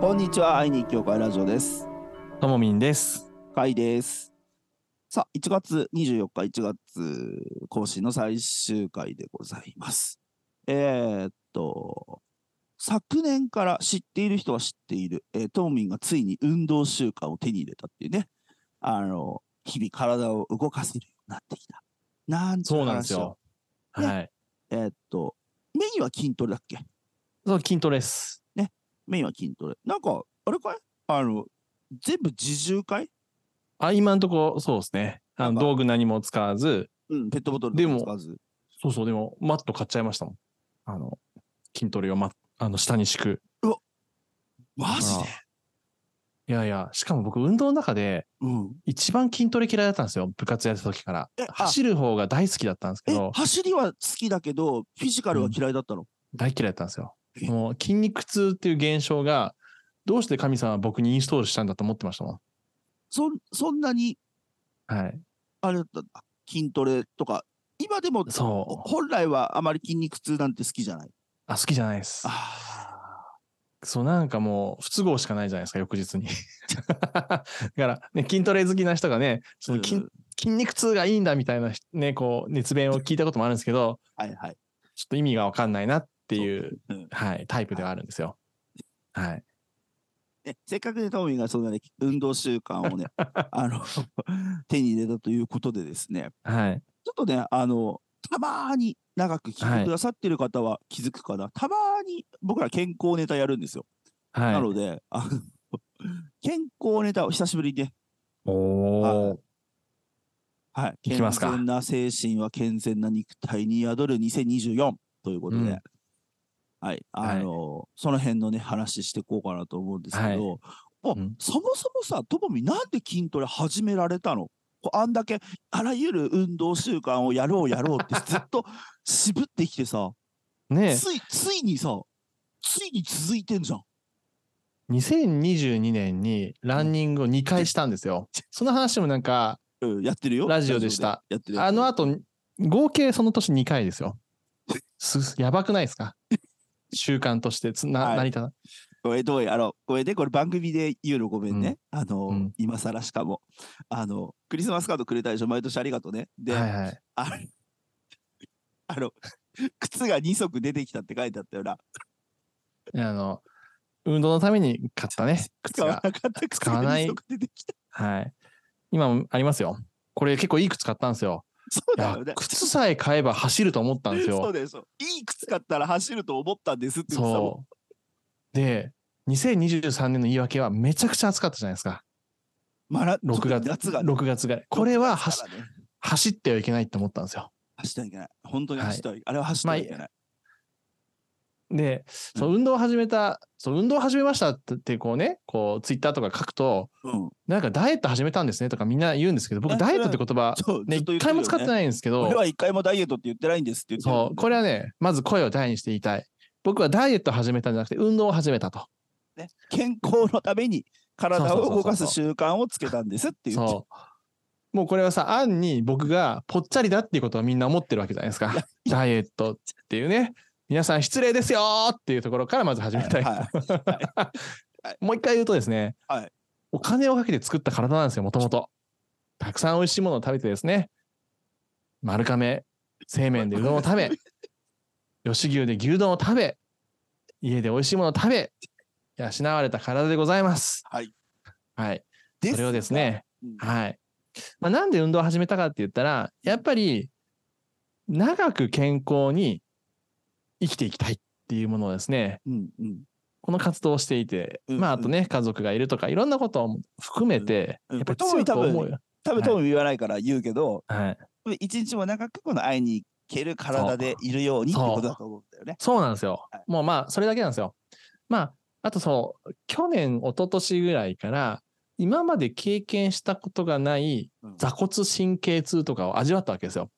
こんにちは、愛に協会ラジオです。ともみんです。かいです。さあ、1月24日、1月更新の最終回でございます。えー、っと、昨年から知っている人は知っている、えー、トーミンがついに運動習慣を手に入れたっていうね、あの、日々体を動かせるようになってきた。なんて話をそうなんですよ。。ねはい。えー、っと、メインは筋トレだっけそう、筋トレです。メインは筋トレ。なんか、あれかいあの、全部自重かいあ、今んとこ、そうですね。あなんのか道具何も使わず、うん、ペットボトルでも使わず。そうそう、でも、マット買っちゃいましたもん。あの、筋トレを、ま、あの、下に敷く。マジでいやいや、しかも僕、運動の中で、うん。一番筋トレ嫌いだったんですよ。部活やってた時からえ。あ走る方が大好きだったんですけえど、、走りは好きだけど、フィジカルは嫌いだったの、大嫌いだったんですよえ。もう、筋肉痛っていう現象が、どうして神様は僕にインストールしたんだと思ってましたもん。そんそんなに、はい。あれだったんだ。筋トレとか、今でも、そう。本来はあまり筋肉痛なんて好きじゃない。あ、好きじゃないです。あそう、なんかもう、不都合しかないじゃないですか、翌日に。 だから、ね、筋トレ好きな人がね、その筋,、うん筋肉痛がいいんだみたいな、ね、こう、熱弁を聞いたこともあるんですけど、あ。はいはい。っちょっと意味がわかんないなっていう、うんはい、タイプではあるんですよ。はい。ねせっかくね、トミーがそんなね、運動習慣を ね、あの、手に入れたということでですね、はい。ちょっとね、あの、たまーに長く聞いてくださってる方は気づくかな。たまーに僕ら健康ネタやるんですよ。なはい。ので、あの 健康ネタを久しぶりにね、おー。はい、い健きますか全な精神は健全な肉体に宿る2024ということで、うんはい、あのーその辺のね、話していこうかなと思うんですけど、おうんそもそもさ、ともみ、なんで筋トレ始められたのこうあんだけあらゆる運動習慣をやろうやろう ってずっと渋ってきてさ、ねつい、ついにさ、ついに続いてんじゃん。 2022年にランニングを2回したんですよ。その話もなんか、うん、やってるよ。ラジオでしたラジオで。やあってるのやってる後、合計その年2回ですよ。すやばくないですか習慣としてつな、はい成り立たごめん、どうあの、ごめんね、これ番組で言うのごめんね。あの、うん今更しかも。あの、クリスマスカードくれたでしょ、毎年ありがとうね。で、はいはい。あれ、あの、靴が2足出てきたって書いてあったよな。あの、運動のために買った ね、靴使わが。なかった靴使わがな2い足出てきた。はい。今もありますよ。これ結構いい靴買ったんで すよ。そういだやよね、。靴さえ買えば走ると思ったんです そうよ。でしょ。いい靴買ったら走ると思ったんですって言ってたもん。そう。で、2023年の言い訳はめちゃくちゃ暑かったじゃないですか。まあ、 6月、夏がね、 6月が。これは走六月からね走ってはいけないって思ったんですよ。走ってはいけない。本当に走ってはいけない。あれは走ってはいけない。で、その運動を始めた、その運動を始めましたってこうね、こうツイッターとか書くと、うん。なんかダイエット始めたんですねとかみんな言うんですけど、僕えダイエットって言葉、そう、ね、ずっと言一回も使ってい。ないんですけど、俺は一回もダイエットって言ってないんですって言ってるもんそねう、これはね、まず声を大にして言いたい。僕はダイエットを始めたんじゃなくて、運動を始めたと。ね、健康のために体を動かす習慣をつけたんですって言ってそう。もうこれはさ、暗に僕がぽっちゃりだっていうことはみんな思ってるわけじゃないですか。ダイエットっていうね、皆さん失礼ですよーっていうところからまず始めたい。はもう一回言うとですね、はいお金をかけて作った体なんですよ、もともと。たくさん美味しいものを食べてですね、丸亀、製麺でうどん を食べ、吉牛で牛丼を食べ、家で美味しいものを食べ、養われた体でございます。はい。はい。でそれをですね、うんはい。まあ、なんで運動を始めたかって言ったら、やっぱり、長く健康に生きていきたいっていうものをですね、うんうんこの活動をしていて、うんまあ、あとね、家族がいるとか、いろんなことを含めて、うんうんやっぱり強く思うよ。多分はい多分言わないから言うけど、はい。一日も長くこの会いに行ける体でいるようにってそうことだと思うんだよね。そうなんですよはい。もうまあ、それだけなんですよ。まあ、あとそう、去年、一昨年ぐらいから、今まで経験したことがないうん座骨神経痛とかを味わったわけですよ。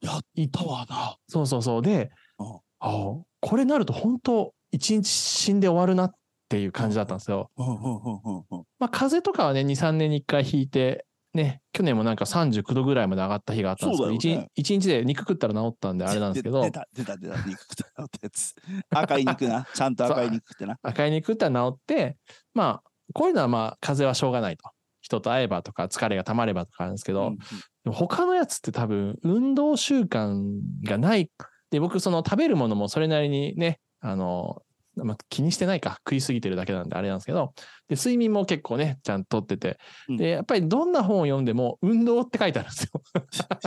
やっいたわな。そうそうそう。で、うんああこれなると本当、一日死んで終わるなっていう感じだったんですよ。うんうんうんうんうんまあ、風邪とかはね、2、3年に1回引いて、ね、去年もなんか39度ぐらいまで上がった日があったんですけど、そうだよね一日一日で肉食ったら治ったんであれなんですけど出、た、出た、出た、出た肉食ったってやつ。赤い肉 な。ちゃんと赤い肉ってな。赤い肉食ったら治って、まあ、こういうのはまあ、風邪はしょうがないと。人と会えばとか、疲れが溜まればとかあるんですけど、うんでも他のやつって多分運動習慣がない。で、僕その食べるものもそれなりにね、あの、まあ、気にしてないか食いすぎてるだけなんであれなんですけどで睡眠も結構ねちゃんとっててうんでやっぱりどんな本を読んでも運動って書いてあるんですよ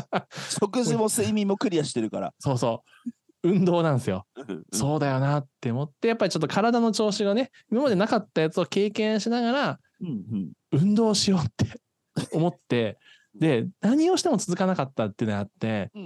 食事も睡眠もクリアしてるから。そうそう運動なんですよそうだよなって思ってやっぱりちょっと体の調子がね今までなかったやつを経験しながらうん。うん。運動しようって思ってで何をしても続かなかったっていうのがあってうん。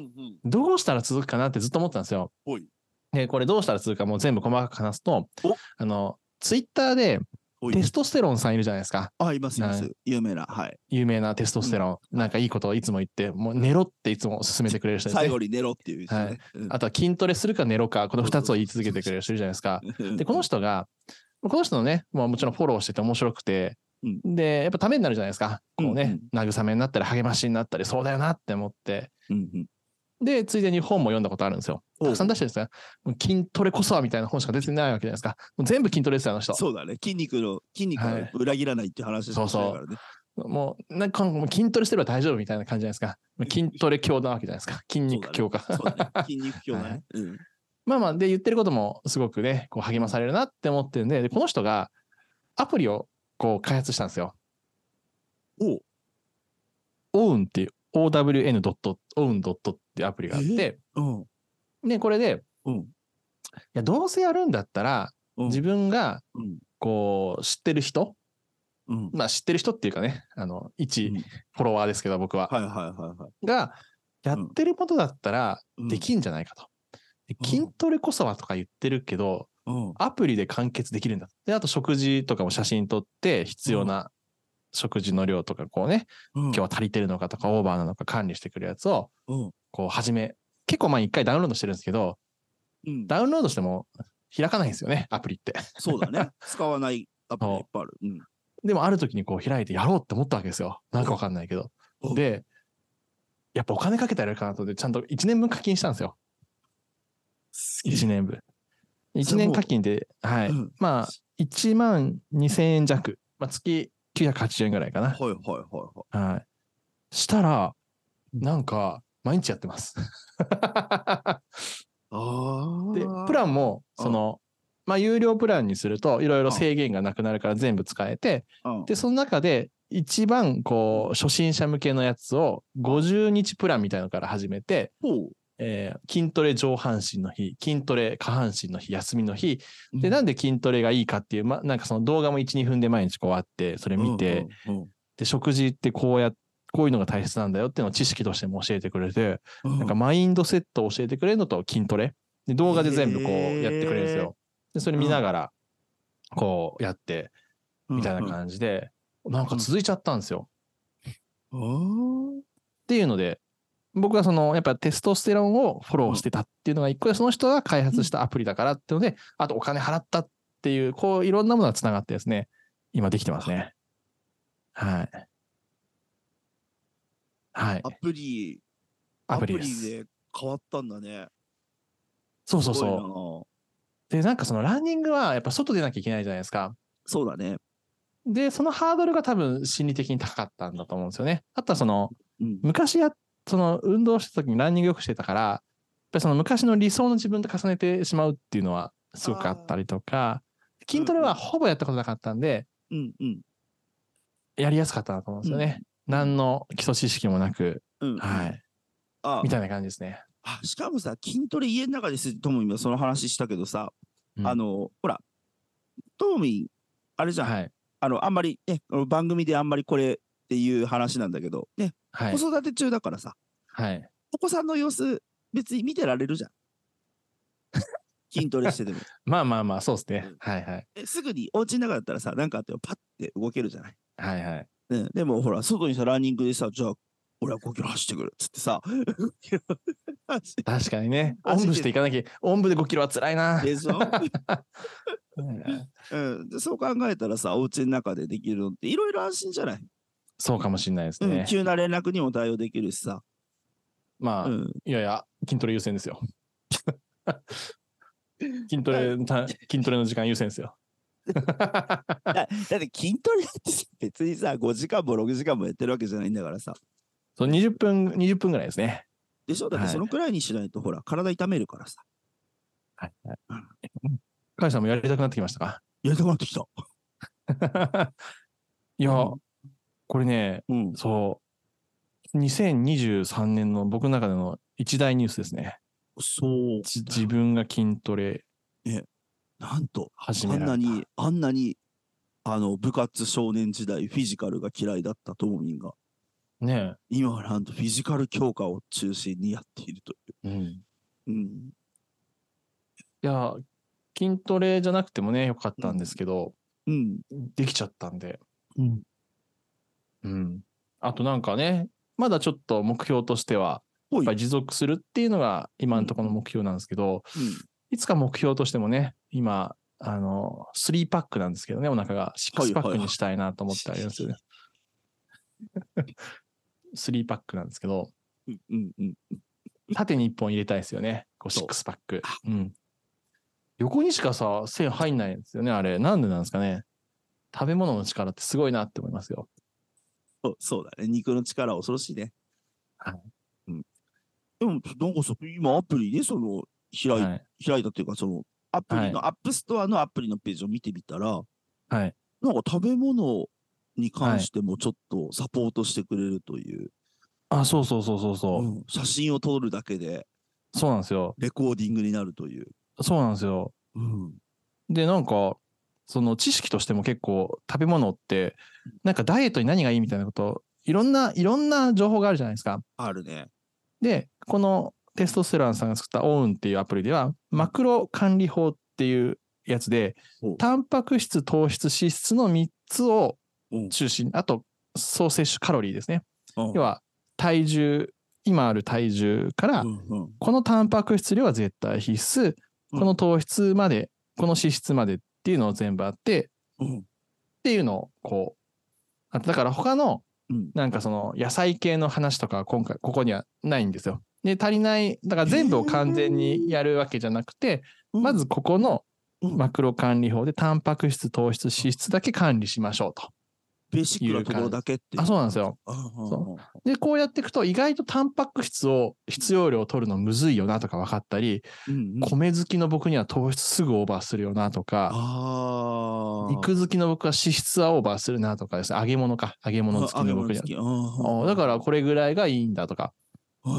うん。どうしたら続くかなってずっと思ってたんですよ。ほい。でこれどうしたら続くかもう全部細かく話すとおあのツイッターでほテい。ストステロンさんいるじゃないですかあ、います、います。有名な。はい。有名なテストステロンなんかいいことをいつも言ってもう寝ろっていつも勧めてくれる人です最ね後。に寝ろっていう人ね。うんあとは筋トレするか寝ろかこの2つを言い続けてくれる人いるじゃないですか。うんでこの人がこの人のね、まあ、もちろんフォローしてて面白くて、うんでやっぱためになるじゃないですかこうね、慰めになったり励ましになったりそうだよなって思ってうんうんでついでに本も読んだことあるんですよおたくさん出してるんですがもう筋トレこそはみたいな本しか出てないわけじゃないですかもう全部筋トレですよあの人そうだね。筋肉の、筋肉ははい裏切らないっていう話そうそうう。もうなんかもう筋トレしてれば大丈夫みたいな感じじゃないですかもう筋トレ強なわけじゃないですか筋肉強化、そうだね筋肉強だはね。うん まあまあで言ってることもすごくねこう励まされるなって思ってるんででこの人がアプリをこう開発したんですよおうオウンっていう OWN ドット、オウンドットっていうアプリがあって、うん。で、これで、うん。いや、どうせやるんだったら、うん自分がうん、こう、知ってる人、うん。まあ知ってる人っていうかね、あの、一うんフォロワーですけど、僕は、はいはいはいはが、やってることだったら、い。できんじゃないかと。でうん筋トレこそはとか言ってるけど、うん。アプリで完結できるんだ。で、あと食事とかも写真撮って、必要な食事の量とか、こうね、今今日は足りてるのかとか、オーバーなのか管理してくるやつを、うん。こう始め、結構前に一回ダウンロードしてるんですけど、うん。ダウンロードしても開かないんですよね、アプリって。そうだ ね。使わないアプリいっぱいある。うん。でもある時にこう開いてやろうって思ったわけですよ。なんかわかんないけどう。んで、やっぱお金かけてやるかなと思って、ちゃんと1年分課金したんですよ。1年分。1年課金で、はい。うんまあ、1万2000円弱。まあ、月980円ぐらいかな。はいはいはいはい。はい。したら、なんか、毎日やっ てます。ああ。で、プラン。ンも、その、まあ、有料プランにすると、いろいろ制限がなくなるから全部使えて、うん、で、その中で、一番、こう、初心者向けのやつを、50日プランみたいのから始めて、ほえー筋トレ上半身の日、筋トレ下半身の日、休みの日、う。で、なんんで筋トレがいいかっていう、ま、なんかその動画も1、2分で毎日こうあって、それ見て、、うんうんで、食事ってこうやこういうのが大切なんだよっていうのを知識としても教えてくれて、うんなんかマインドセットを教えてくれるのと筋トレ。で、動画で全部こうやってくれるんですよ。で、それ見ながら、こうやって、みたいな感じで、なんか続いちゃったんですよ。うんうんっていうので、僕はその、やっぱテストステロンをフォローしてたっていうのが一個で、その人が開発したアプリだからっていうので、あとお金払ったっていう、こういろんなものが繋がってですね、今できてますね。はい。はいあーア。プリ、アプリです。で変わったんだね。そうそうすごいなそう。で、なんかそのランニングはやっぱ外出なきゃいけないじゃないですか。そうだね。で、そのハードルが多分心理的に高かったんだと思うんですよね。あとはその、うん。昔や、その運動してた時にランニングよくしてたから、やっぱりその昔の理想の自分と重ねてしまうっていうのはすごくあったりとか、筋トレはほぼやったことなかったんで、うん。うん。やりやすかったなと思うんですよね。何の基礎知識もなく、うん。。はいい、あみたいな感じですね。あしかもさ、筋トレ家の中でするとも今その話したけどさ、うんあの、ほら、トーミン、あれじゃん、はい。あの、あんまりね、この番組であんまりこれっていう話なんだけど、ね、はい子。育て中だからさ、はい。お子さんの様子、別に見てられるじ ゃん。筋トレしてても。まあまあまあ、そうですね。はいはい。えすぐに、お家の中だったらさ、なんかあってもパッて動けるじゃない。はいはい。ね、でもほら、外にさ、ランニングでさ、じゃあ、俺は5キロ走ってくるっつって さ、5キロ走って確かにね。おマジでんぶしていかなきゃ、おんぶで5キロは辛いな。でしょ、はいはいうん、でそう考えたらさ、お家の中でできるのっていろいろ安心じゃないそうかもしれないですうねん、。急な連絡にも対応できるしさ、まあ、うん、いやいや、筋トレ優 先ですよ。筋トレ、た筋トレの時間優先で すよ。だだって筋トレってさ別にさ5時間も6時間もやってるわけじゃないんだからさそう20分、20分ぐらいですね。でしょだってはいそのくらいにしないと、ほら体痛めるからさカイさんもやりたくなってきましたかやりたくなってきた、いや、うんこれね、うん、そう、2023年の僕の中での一大ニュースですね。そうじ自分が筋トレなんと始あめんられたなにあんなにあの部活少年時代フィジカルが嫌いだったともみんがね今はなんとフィジカル強化を中心にやっているとい、え、いううん、や、筋トレじゃなくてもね、よかったんですけど、うん、できちゃったんで、うん、うん。あとなんかね、まだちょっと目標としては、ほやっい、ぱり持続するっていうのが今のところの目標なんですけど、いつか目標としてもね、今、あの、3パックなんですけどね、お腹はがい6パックにしたいなと思ってありますよね。3パックなんですけど、うん、うん、うん、縦に1本入れたいですよね。こうそう6パック。うん。横にしかさ、線入んないんですよね、あれ。なんでなんですかね。食べ物の力ってすごいなって思いますよ。そう そうだね肉の力恐ろしいねはい、うん、でもなんかさ今アプリでその開い,、はい。開いたというかそのアプリの、アップストアのアプリのページを見てみたらはい。なんか食べ物に関してもちょっとサポートしてくれるという、あ、そうそうそうそうそう。うん写真を撮るだけでそうなんですよ。レコーディングになるという、そうなんですよ。うん、で、なんか、その知識としても結構食べ物って、なんかダイエットに何がいいみたいなこと、いろんな、いろんな情報があるじゃないですか。あるねで、このテストステロンさんが作ったオーンっていうアプリでは、マクロ管理法っていうやつでほう、タンパク質、糖質、脂質の3つをうん中心、あと総摂取カロリーですね。うん要は、体重、今ある体重からう、んうんこのタンパク質量は絶対必須、うんこの糖質まで、この脂質までっていうのを全部あって、うんっていうのをこう、あだから他のうんなんかその野菜系の話とかは今回ここにはないんですよ。で、足りない、だから全部を完全にやるわけじゃなくて、うんまずここのうんマクロ管理法でタンパク質、糖質、脂質だけ管理しましょうと。ベーシックなところだけっていあ、そうなんですよ。うんうんそうんで、こうやっていくと意外とタンパク質を必要量を取るのむずいよなとか分かったり、うんうん米好きの僕には糖質すぐオーバーするよなとか、あー肉好きの僕は脂質はオーバーするなとかですね揚げ物か揚げ物好きの僕にはああだからこれぐらいがいいんだとか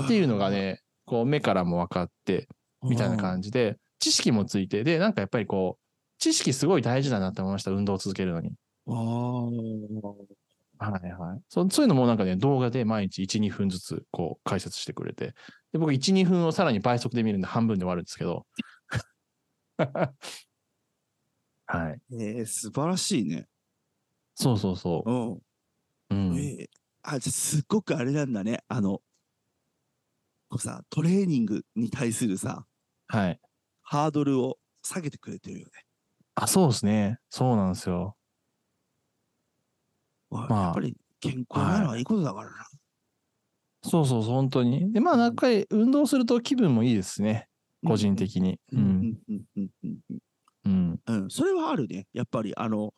っていうのがねこう目からも分かってみたいな感じで知識もついてでなんかやっぱりこう知識すごい大事だなって思いました運動を続けるのにじ。あーはいはいそそういうのもなんかね動画で毎日12分ずつこう解説してくれてで僕12分をさらに倍速で見るんで半分で終わるんですけ どはいえー、素晴らしいね。。そうそうそうう、うんん、えーあ、じゃあすっごくあれなんだね。あの、こうさ、トレーニングに対するさ、はいハードルを下げてくれてるよね。あ、そうですね。そうなんですよ。わまあやっぱり健康なのはいいことだからな。そうそうそう、本当に。で、まあ、なんかやっぱり運動すると気分もいいですね。個人的に。う。うんんうんうんうんうんうん。うん。うん、それはあるね。やっぱり、あの、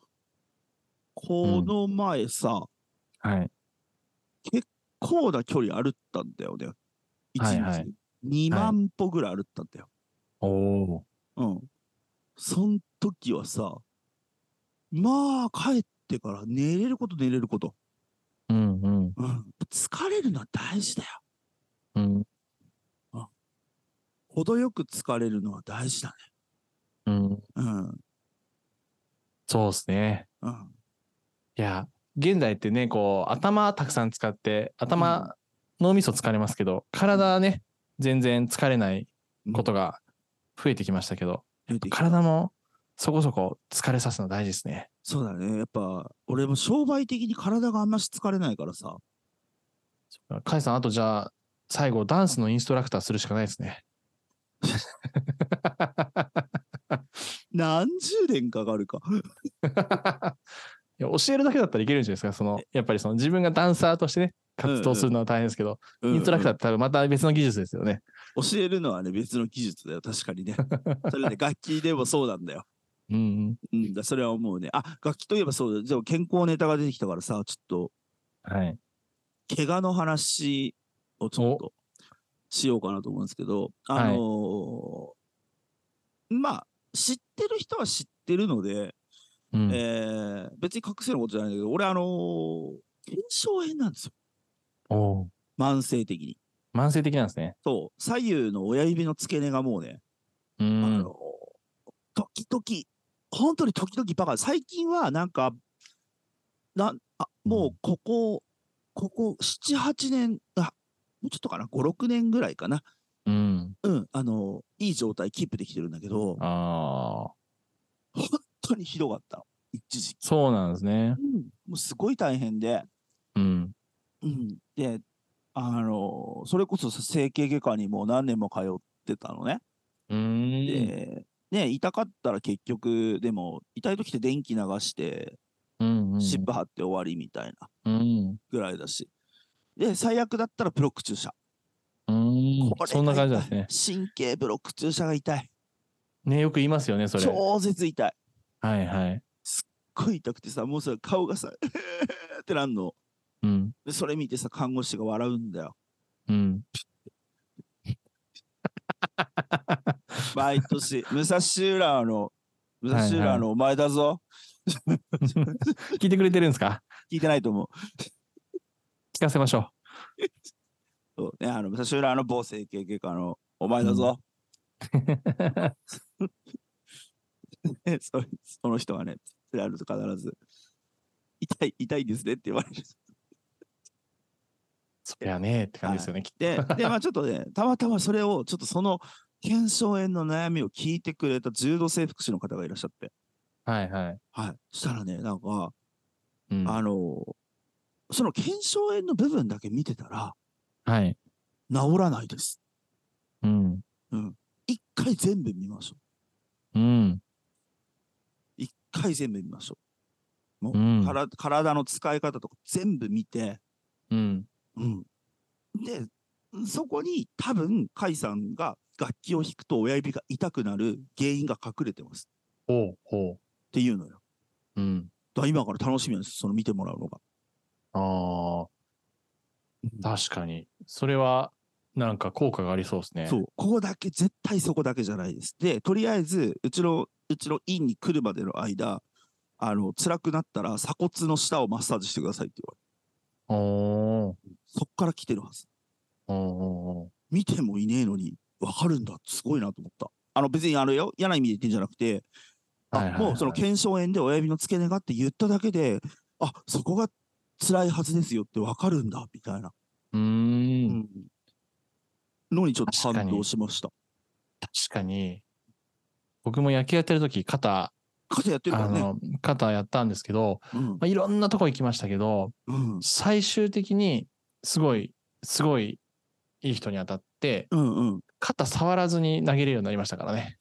この前さ、はい。高な距離歩ったんだよね。一はいは日い2万歩ぐらい歩ったんだよ。おお。うん。そん時はさ、まあ帰ってから寝れること寝れること。うんうんうん。疲れるのは大事だよ。うん程よく疲れるのは大事だね。うん。うん。そうですね。うん。いや、現代ってね、こう、頭たくさん使って、頭、脳みそ疲れますけど、体はね、全然疲れないことが増えてきましたけど、出てきた体もそこそこ疲れさすの大事ですね。そうだね。やっぱ、俺も商売的に体があんまし疲れないからさ。カイさん、あとじゃあ、最後、ダンスのインストラクターするしかないですね。何十年かかるか。いや教えるだけだったらいけるんじゃないですかそのやっぱりその自分がダンサーとしてね活動するのは大変ですけど、うんうんインストラクターって多分また別の技術ですよね。教えるのはね、別の技術だよ、確かにね。そ れね、楽器でもそうなんだよ。うんうんうんだ、それは思うね。あ、楽器といえばそうだ。でも健康ネタが出てきたからさ、ちょっはい、と、怪我の話をちょっとしようかなと思うんですけど、あのーまあ、知ってる人は知ってるので、うんえー別に隠せることじゃないんだけど、俺、あのー、炎症炎なんですよ。おう慢性的に。慢性的なんですね。そう、左右の親指の付け根がもうね、あうんの、時々、本当に時々バカ。最近はなんか、なんあもうここ、ここ7、8年、あもうちょっとかな、5、6年ぐらいかな。うん、うん、あの、いい状態キープできてるんだけど、本ああ当にひどかったの。一時期。そうなんですねう。ん、もうすごい大変で、うんうん、で、あの、それこそ整形外科にもう何年も通ってたのね。うーんで、ね、痛かったら結局、でも、痛い時って電気流して、うんうんシップ貼って終わりみたいなうんぐらいだし。で、最悪だったらブロック注射。うんこれがそんな感じなんです痛ね。い神経ブロック注射が痛い。ねよく言いますよねそれ。超絶痛い。はいはい。すっごい痛くてさ、もうさ、顔がさ、 ってなんの。うんで、それ見てさ、看護師が笑うんだよ。うん。毎 年、武蔵浦の、武蔵浦のお前だぞ。聞いてくれてるんですか聞いてないと思う。聞かせましょそうね、あの武蔵浦の某整形外科のお前だぞ。ね そその人がね、やると必ず、痛い、痛いですねって言われる。う。いやねって感じですよね。きで、でまあ、ちょっとね、たまたまそれを、ちょっとその、腱鞘炎の悩みを聞いてくれた柔道整復師の方がいらっしゃって、はいはい。はい。したらね、なんか、うんあの、その腱鞘炎の部分だけ見てたら、はい。治らないです。うん。一回全部見ましょう。うん。一回全部見ましょう。もう、うんから体の使い方とか全部見て、うん。うん、で、そこに多分、甲斐さんが楽器を弾くと親指が痛くなる原因が隠れてますほうほっていうのよ。う。うん。だから今から楽しみなんです、その見てもらうのが。ああ。確かに。それは、なんか効果がありそうですね。そう、ここだけ、絶対そこだけじゃないです。で、とりあえず、うちの、うちの院に来るまでの間、あの、辛くなったら鎖骨の下をマッサージしてくださいって言われおおる。そっから来てるはず。ー。おーお見てもいねえのに分かるんだすごいなと思った。あの別にあのよ嫌な意味で言ってんじゃなくて、ーはいはいあはいもうその腱鞘炎で親指の付け根がって言っただけで、あそこが辛いはずですよって分かるんだみたいな、うー。うんんのにちょっと確か感に動しました。確かに。僕も野球やってる時肩、肩やってるかあらね。の、肩やったんですけど、うんまあ、いろんなとこ行きましたけど、うん最終的に、すごい、すごい、いい人に当たって、うんうん肩触らずに投げれるようになりましたからね。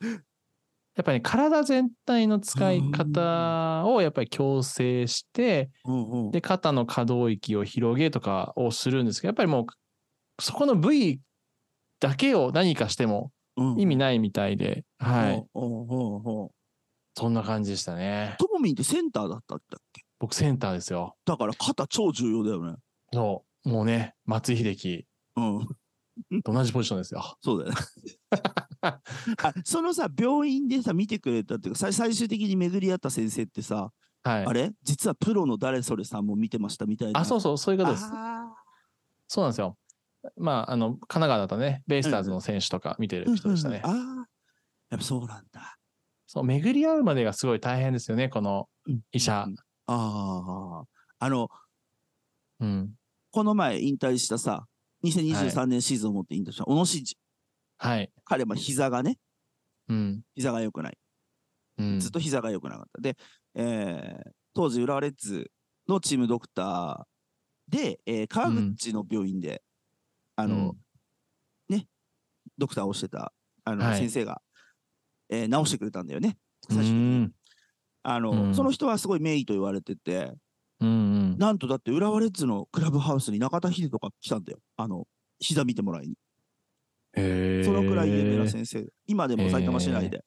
やっぱり、ね、体全体の使い方をやっぱり矯正して、うんうんで、肩の可動域を広げとかをするんですけど、やっぱりもう、そこの部位だけを何かしてもうん意味ないみたいで、はい。おうおうおうおうそんな感じでしたね。トモミンってセンターだったんだっけ僕、センターですよ。だから肩超重要だよね。そう。もうね、松井秀喜うん、 と同じポジションですよ。そう だよね。あそのさ病院でさ見てくれたっていうかさ最終的に巡り合った先生ってさ、はいあ。れ実はプロの誰それさんも見てましたみたいな。あ、そううそう、そういうことです。あそうなんですよ。まあ、あの、神奈川だとね、ベイスターズの選手とか見てーる人でしたね。うんうんうんあーやっぱそうなんだ。そう、巡り合うまでがすごい大変ですよね、このうん医者。ああ。あの、うん。この前引退したさ、2023年シーズンをもって引退した、小野伸二。はい。彼は膝がね、うん。膝が良くない。うんずっ。と膝が良くなかった。で、えー当時、浦和レッズのチームドクターで、えー川口の病院で、あの、うんドクターをしてた、あの、はい先生が、えー治してくれたんだよね。う最終的にん。あの、うんその人はすごい名医と言われてて、うんうん。なんとだって浦和レッズのクラブハウスに中田秀とか来たんだよ。あの、膝見てもらいに。へえ。そのくらい有名な先生。今でも埼玉市内へで。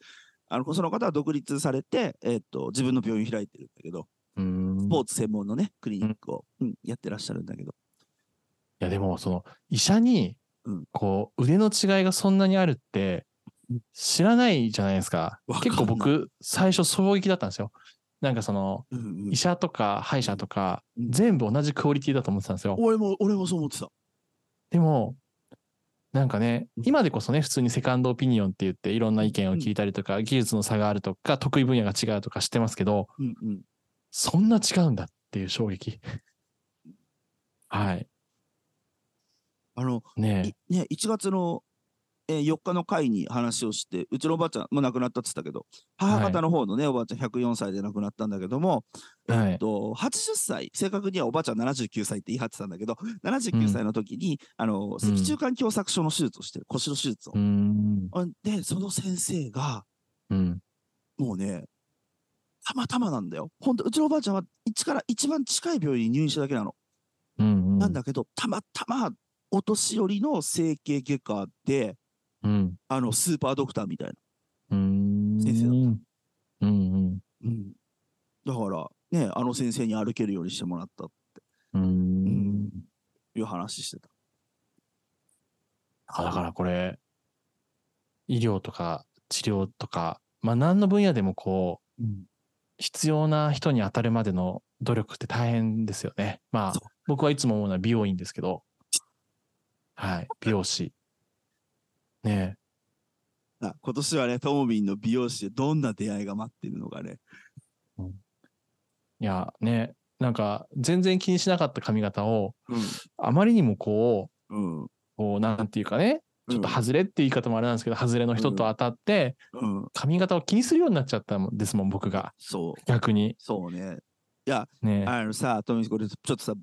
あの、その方は独立されて、えっと、自分の病院開いてるんだけど、うん。スポーツ専門のね、クリニックを、うんやってらっしゃるんだけど。いやでもその医者にうんこう腕の違いがそんなにあるって知らないじゃないですかわかんない結構僕最初衝撃だったんですよなんかそのうんうん医者とか歯医者とかうん全部同じクオリティだと思ってたんですよ俺も、俺もそう思ってた。でもなんかねうん今でこそね普通にセカンドオピニオンって言っていろんな意見を聞いたりとか技術の差があるとか得意分野が違うとか知ってますけどうんうん。そんな違うんだっていう衝撃 はいあの、ねえいね、1月の、えー4日の回に話をして、うちのおばあちゃん、もう亡くなったって言ったけど、母方の方のね、おばあちゃん104歳で亡くなったんだけども、はいえっと、80歳、正確にはおばあちゃん79歳って言い張ってたんだけど、79歳の時に、あの、脊柱管狭窄症の手術をしてる、腰の手術をうー。んんで、その先生が、うんもうね、たまたまなんだよ。ほんと、うちのおばあちゃんは、一から一番近い病院に入院しただけなの。うんうんなんだけど、たまたま、お年寄りの整形外科で、うんあの、スーパードクターみたいな。先生だっうんうんうん。だから、ね、あの先生に歩けるようにしてもらったとうーんいう話してた。あだからこれ医療とか治療とかまあ何の分野でもこううん。必要な人に当たるまでの努力って大変ですよねまあそう僕はいつも思うのは美容院ですけど はい美容師ねあ今年はね、ともびんの美容師でどんな出会いが待ってるのかね。えいやねなんか全然気にしなかった髪型をう。あまりにもこうんうん。こうなんていうかねちょっと外れって言い方もあれなんですけど、外れの人と当たって、うん、うん。髪型を気にするようになっちゃったんですもん僕がそう。逆にそうね。ねあのさ、ともびん、これちょっとさ、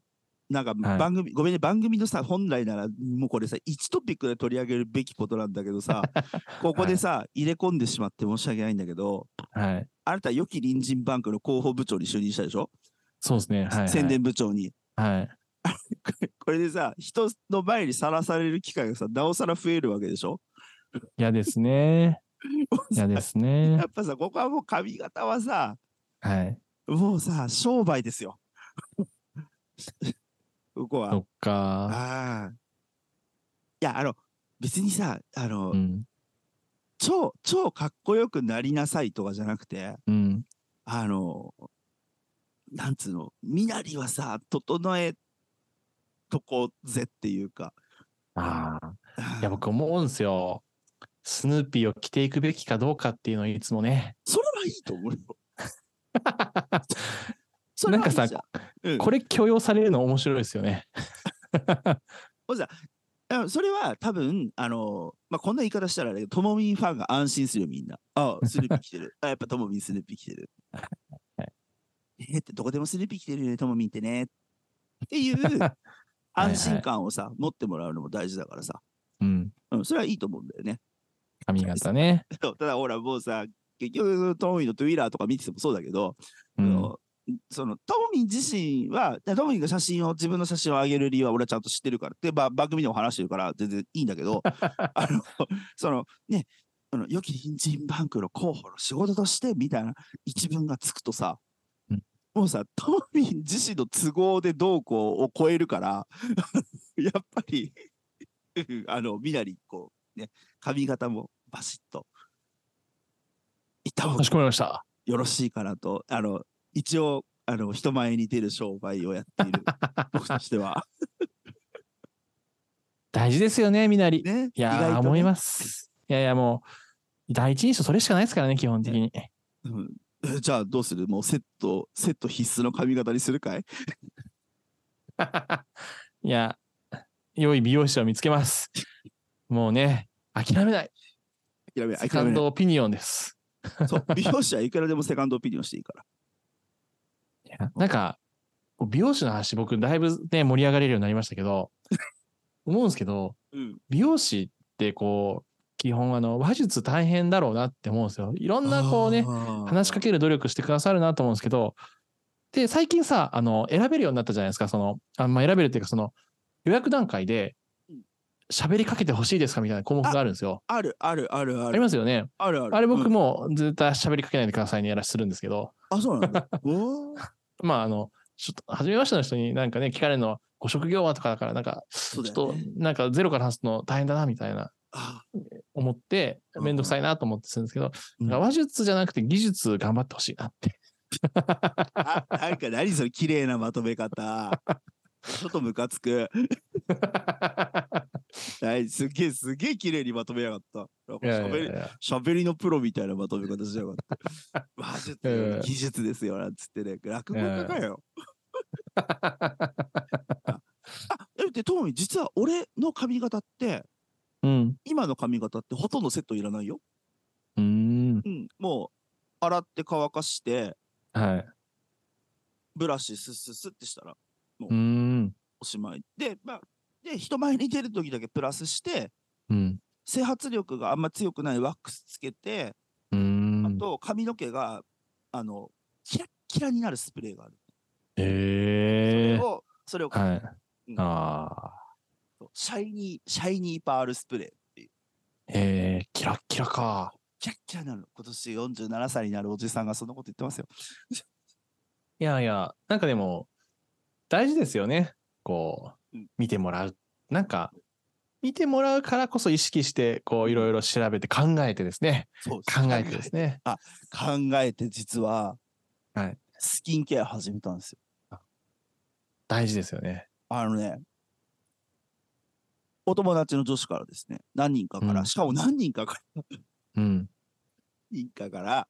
なんかはい番組、ごめんね、番組のさ、本来なら、もうこれさ、1トピックで取り上げるべきことなんだけど さ、ここでさ、入れ込んでしまって申し訳ないんだけど、はいあなた、良き隣人バンクの広報部長に就任したでしょ、そうですねはい、はい、宣伝部長に。 はいこれこれでさ、人の前にさらされる機会がさ、なおさら増えるわけでしょ嫌です ね嫌ですね やっぱさ、ここはもう髪型はさ、 はいもうさ、商売ですよ。 ここは。そっかああ。いや、あの、別にさ、あの、うん超、超かっこよくなりなさいとかじゃなくて、うんあの、なんつうの、身なりはさ、整えとこうぜっていうか。あああいやー僕思うんですよスヌーピーを着ていくべきかどうかっていうのをいつ もねそれはいいと思うよ。それはいいなんかさじゃうんこれ許容されるの面白いですよねあのそれは多分、あのまあ、こんな言い方したらあれだけど、ともみんファンが安心するよ、みんな。ああ、スヌーピー来てる。あやっぱともみんスヌーピー来てる。えーって、どこでもスヌーピー来てるよね、ともみんってね。っていう安心感をさ、持ってもらうのも大事だからさ。うんうん、それはいいと思うんだよね。 髪型ねそうただ、ほら、もうさ、結局、トモミンのトゥイラーとか見ててもそうだけど、うあんのそのトモミン自身は、トモミンが写真を、自分の写真を上げる理由は俺はちゃんと知ってるからって、ば番組でも話してるから全然いいんだけ ど、あの、そのね、その良き隣人バンクの候補の仕事としてみたいな一文がつくとさ、うんもうさ、トモミン自身の都合でどうこうを超えるから、 やっぱり、 うんあの、みなり、こう、ね、髪型もバシッと、いった方がかしこまりましたよろしいかなと、あの、一応、あの、人前に出る商売をやってい る僕としては、大事ですよねみなりね、いやー、思います。いやいや、もう、第一印象それしかないですからね、基本的に。す、うんえじゃあどうするもうセット、セット必須の髪型にするかいいや、良い美容師を見つけます。もうね、諦めない。諦めない、諦セカめンないド。オピニオンです。そう、美容師はいくらでもセカンドオピニオンしていいから。いやなんか、こう美容師の話、僕、だいぶね、盛 り上がれるようになりましたけど、思うんですけど、うん。美容師ってこう、基本あの話術大変だろうなって思うんですよ。いろんなこうね話しかけける努力してくださるなと思うんですけど、で、最近さ、あの、選べるようになったじゃないですか、その、あまあ、選べるっていうか、その、予約段階でうん、喋りかけてほしいですかみたいな項目があるんですよ。あるあるあるああるりますよね。あるあるあれ僕うんも絶対喋りかけないでくださいね、やらするんですけど、あそうなんだおーまあ、あの、ちょっと、初めましての人になんかね、聞かれるのは、ご職業はとかだから、なんか、ちそょうだよっとね、なんかゼロから話すの大変だな、みたいな、あ思って、うんめんどくさいなと思ってするんですけど、うん話術じゃなくて技術頑張ってほしいなって。あなんか何それ綺麗なまとめ 方ちょっとムカつくはいすっげえすっげえ綺麗にまとめやがったなんかいやい 喋やいりや喋りのプロみたいなまとめ方しやがった 話術よりええ技術ですよなんつってね落語家かよ、 えでトミー実は俺の髪型ってうん。今の髪型ってほとんどセットいらないよ、うーん。うん、もう洗って乾かしてはい。ブラシスッスッスッってしたらうーん。おしまいでまあで人前に出る時だけプラスしてうん。整髪力があんま強くないワックスつけて、うーあん。と髪の毛があのキラッキラになるスプレーがある、ええそれをそれを、はいうん。ああ。シャイニーシャイニーパールスプレーっていうええキラッキラか。キラッキラになるの今年47歳になるおじさんがそんなこと言ってますよいやいや、なんかでも、大事ですよね。こううん、見てもらう。なんか、見てもらうからこそ意識して、こう、いろいろ調べて考えてですね。そう考えてですね。考えて実は、はいスキンケア始めたんですよ。大事ですよね。あのね、お友達の女子からですね、何人かから、うんしかも何人かから、うん。何人かから、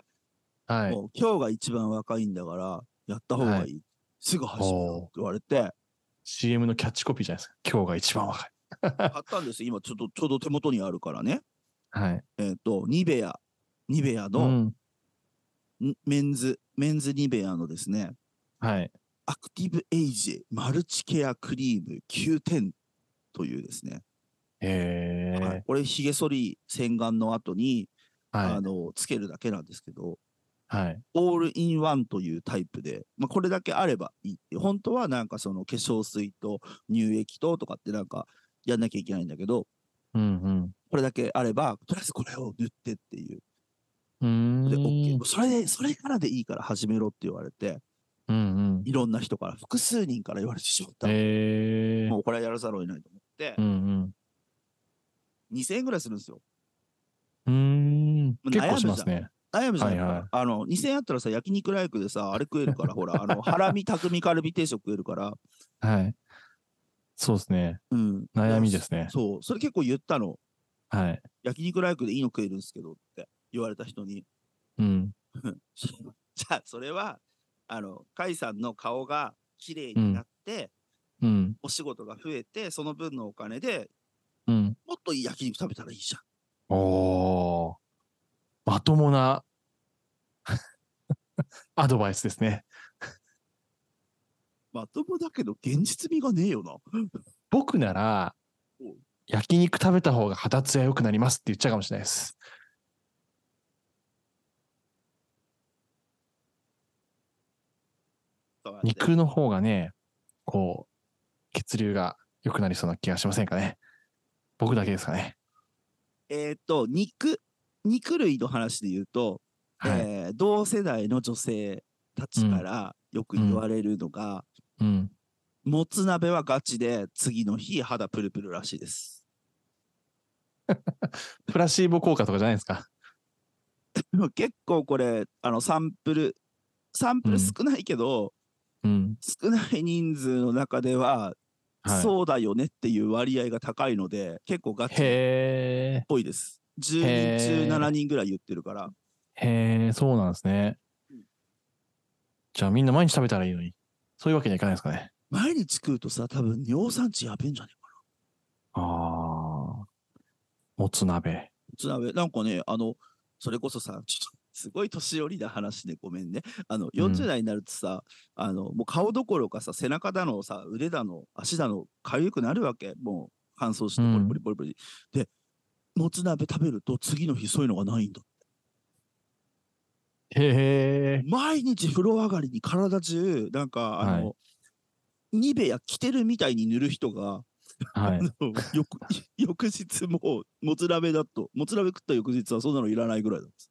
はい。もう今日が一番若いんだから、やった方がいい。すぐ始めようって言われて、 CM のキャッチコピーじゃないですか。今日が一番若い。買ったんですよ今ちょっと、ちょうど手元にあるからね。はい。えっ、と、ニベア、ニベアうの、ん。んメンズ、メンズニベアのですね、はい。アクティブエイジマルチケアクリーム9点というですね、ええはい、これひげ剃り洗顔の後に、あはのつけるだけなんですけどい。はい。オールインワンというタイプで、まあ、これだけあればいいって本当はなんかその化粧水と乳液ととかってなんかやんなきゃいけないんだけどうんこれだけあればとりあえずこれを塗ってっていううん。うでーん OK それでそれからでいいから始めろって言われてうんうん。いろんな人から複数人から言われてしまった、ええもうこれはやらざるを得ないと思ってう、ん2000円ぐらいするんですようん。うーん。もう結悩構むしますね。悩むじゃないか、はいはいあの2000円あったらさ焼肉ライクでさあれ食えるからほらあ のハラミ匠カルビ定食食えるから、はい。そうですね。うん、悩みですね。そうそれ結構言ったのはい。焼肉ライクでいいの食えるんですけどって言われた人に うん。じゃあそれはあの甲斐さんの顔が綺麗になって、うん。お仕事が増えてその分のお金でうん。もっといい焼肉食べたらいいじゃんおお。まともな アドバイスですね。まともだけど現実味がねえよな僕ならおう、焼肉食べた方が肌ツヤ良くなりますって言っちゃうかもしれないです。とかって肉の方がね、こう、血流が良くなりそうな気がしませんかね。僕だけですかね。えっ、と肉肉類の話で言うとはい。えー同世代の女性たちからよく言われるのが、うん。もつ鍋はガチで次の日肌プルプルらしいです。プラシーボ効果とかじゃないですか。でも結構これあのサンプルサンプルうん少ないけど、うん。少ない人数の中では、はい、そうだよねっていう割合が高いので結構ガチっへぽいです。10人中へー7人ぐらい言ってるからえ、へえ、そうなんですねうん。じゃあみんな毎日食べたらいいのに。そういうわけにはいかないですかね。毎日食うとさ多分尿酸値やべえんじゃねえかああ。もつ鍋。もつ鍋なんかねあのそれこそさちょっとすごい年寄りな話でごめんねあのうん40代になるとさ、あのもう顔どころかさ背中だのさ腕だの足だの痒くなるわけもう乾燥してうんボリボリボリボリ、でもつ鍋食べると次の日そういうのがないんだ。へえ。毎日風呂上がりに体中、なんか、あの、はニベア着てるみたいに塗る人が、はいあ。の翌翌日もうもつ鍋だと、もつ鍋食った翌日はそんなのいらないぐらいなんです。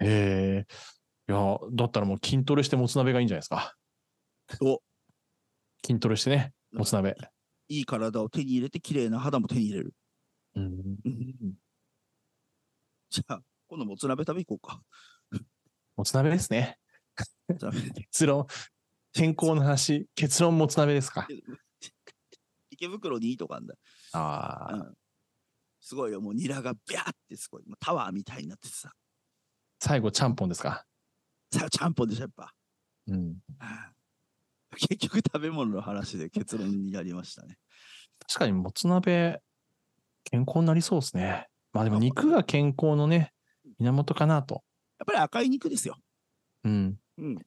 へえ。いや、だったらもう筋トレしてもつ鍋がいいんじゃないですか。お筋トレしてね、もつ鍋。いい体を手に入れて、綺麗な肌も手に入れる。うん。うんじゃあ、今度もつ鍋食べ行こうか。 もつ鍋ですね。もつ鍋結論、健康の話、結論もつ鍋ですか。池袋にいいとこあんだ。ああ、すごいよ、もうニラがビャーってすごい。もうタワーみたいになっててさ。最後、ちゃんぽんですか。さあ、ちゃんぽんでしょ、やっぱ。うん。ああ結局食べ物の話で結論になりましたね。確かにもつ鍋、健康になりそうですね。まあでもあ肉が健康のね、源かなと。やっぱり赤い肉ですよ。うん。うん。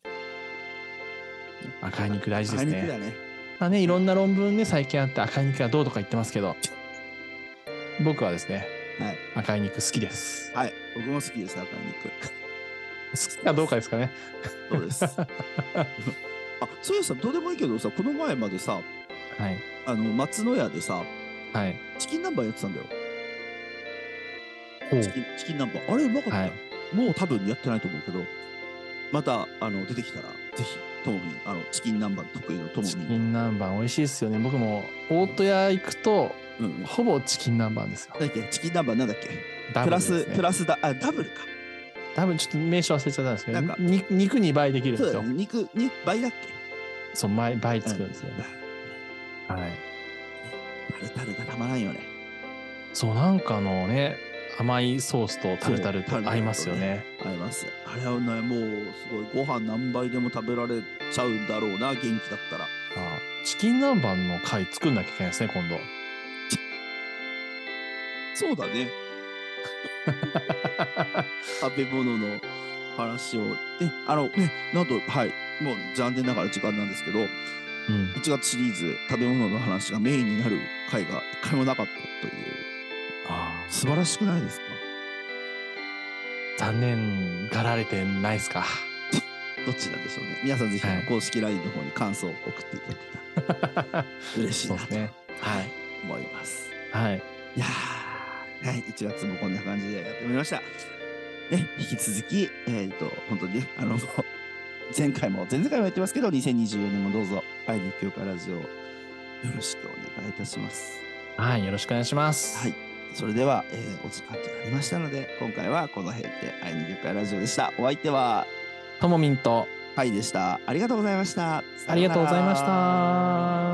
赤い肉大事で赤すい肉ね。だね。まあね、いろんな論文ね、最近あって赤い肉がどうとか言ってますけど、僕はですね、はい赤い肉好きです。はい。僕も好きです、赤い肉。好きかどうかですかね。そう です。あ、そういうさ、どうでもいいけどさ、この前までさ、はい。あの、松の屋でさ、はい。チキン南蛮やってたんだよ。ほうチキン、チキン南蛮。あれ、うまかったよ、はいもう多分やってないと思うけど、また、あの、出てきたら、ぜひ、ともみん、あの、チキン南蛮得意のともチみキん。ン南蛮美味しいですよね。僕も大戸屋行くと、うんうん。なんほぼチキン南蛮ですよ。だっけチキン南蛮なんだっけ、ダプブルラですス、ねプラスだ、あ、ダブルか。多分ちょっと名称忘れちゃったんですけど、なんかに肉2倍できるんそでうすだよね。。肉、に倍だっそう、倍倍け作るんですようね。はい。タルタルがたまらんよね。そう、なんかあのね、甘いソースとタルタルとそうタルタルとね合いますよね。あります。あれはね、もう、すごい、ご飯何杯でも食べられちゃうんだろうな、元気だったら。あチキン南蛮の回作んなきゃいけないですね、今 度。そうだね。食べ物の話を。で、あの、ね、なんと、はい、もう残念ながら時間なんですけど、うん。 1月シリーズ、食べ物の話がメインになる回が一回もなかったという、あ素晴らしくないですか残念がられてないで すか。どっちなんでしょうね。皆さんぜひ、はい公式 LINE の方に感想を送っていただけたら嬉しいそうなですと、ね。はい、思います。はい。いやーはい、1月もこんな感じでやってまいりました。ね、引き続き、えっ、と、本当にね、あの、もう 前回も、前々回もやってますけど、2024年もどうぞ、愛に教科ラジオ、よろしくお願いいたします。はい、よろしくお願いします。はいそれでは、えーお時間となりましたので、今回はこの辺で、愛に教科ラジオでした。お相手は、ともみんと、はいでした。ありがとうございました。さよならありがとうございました。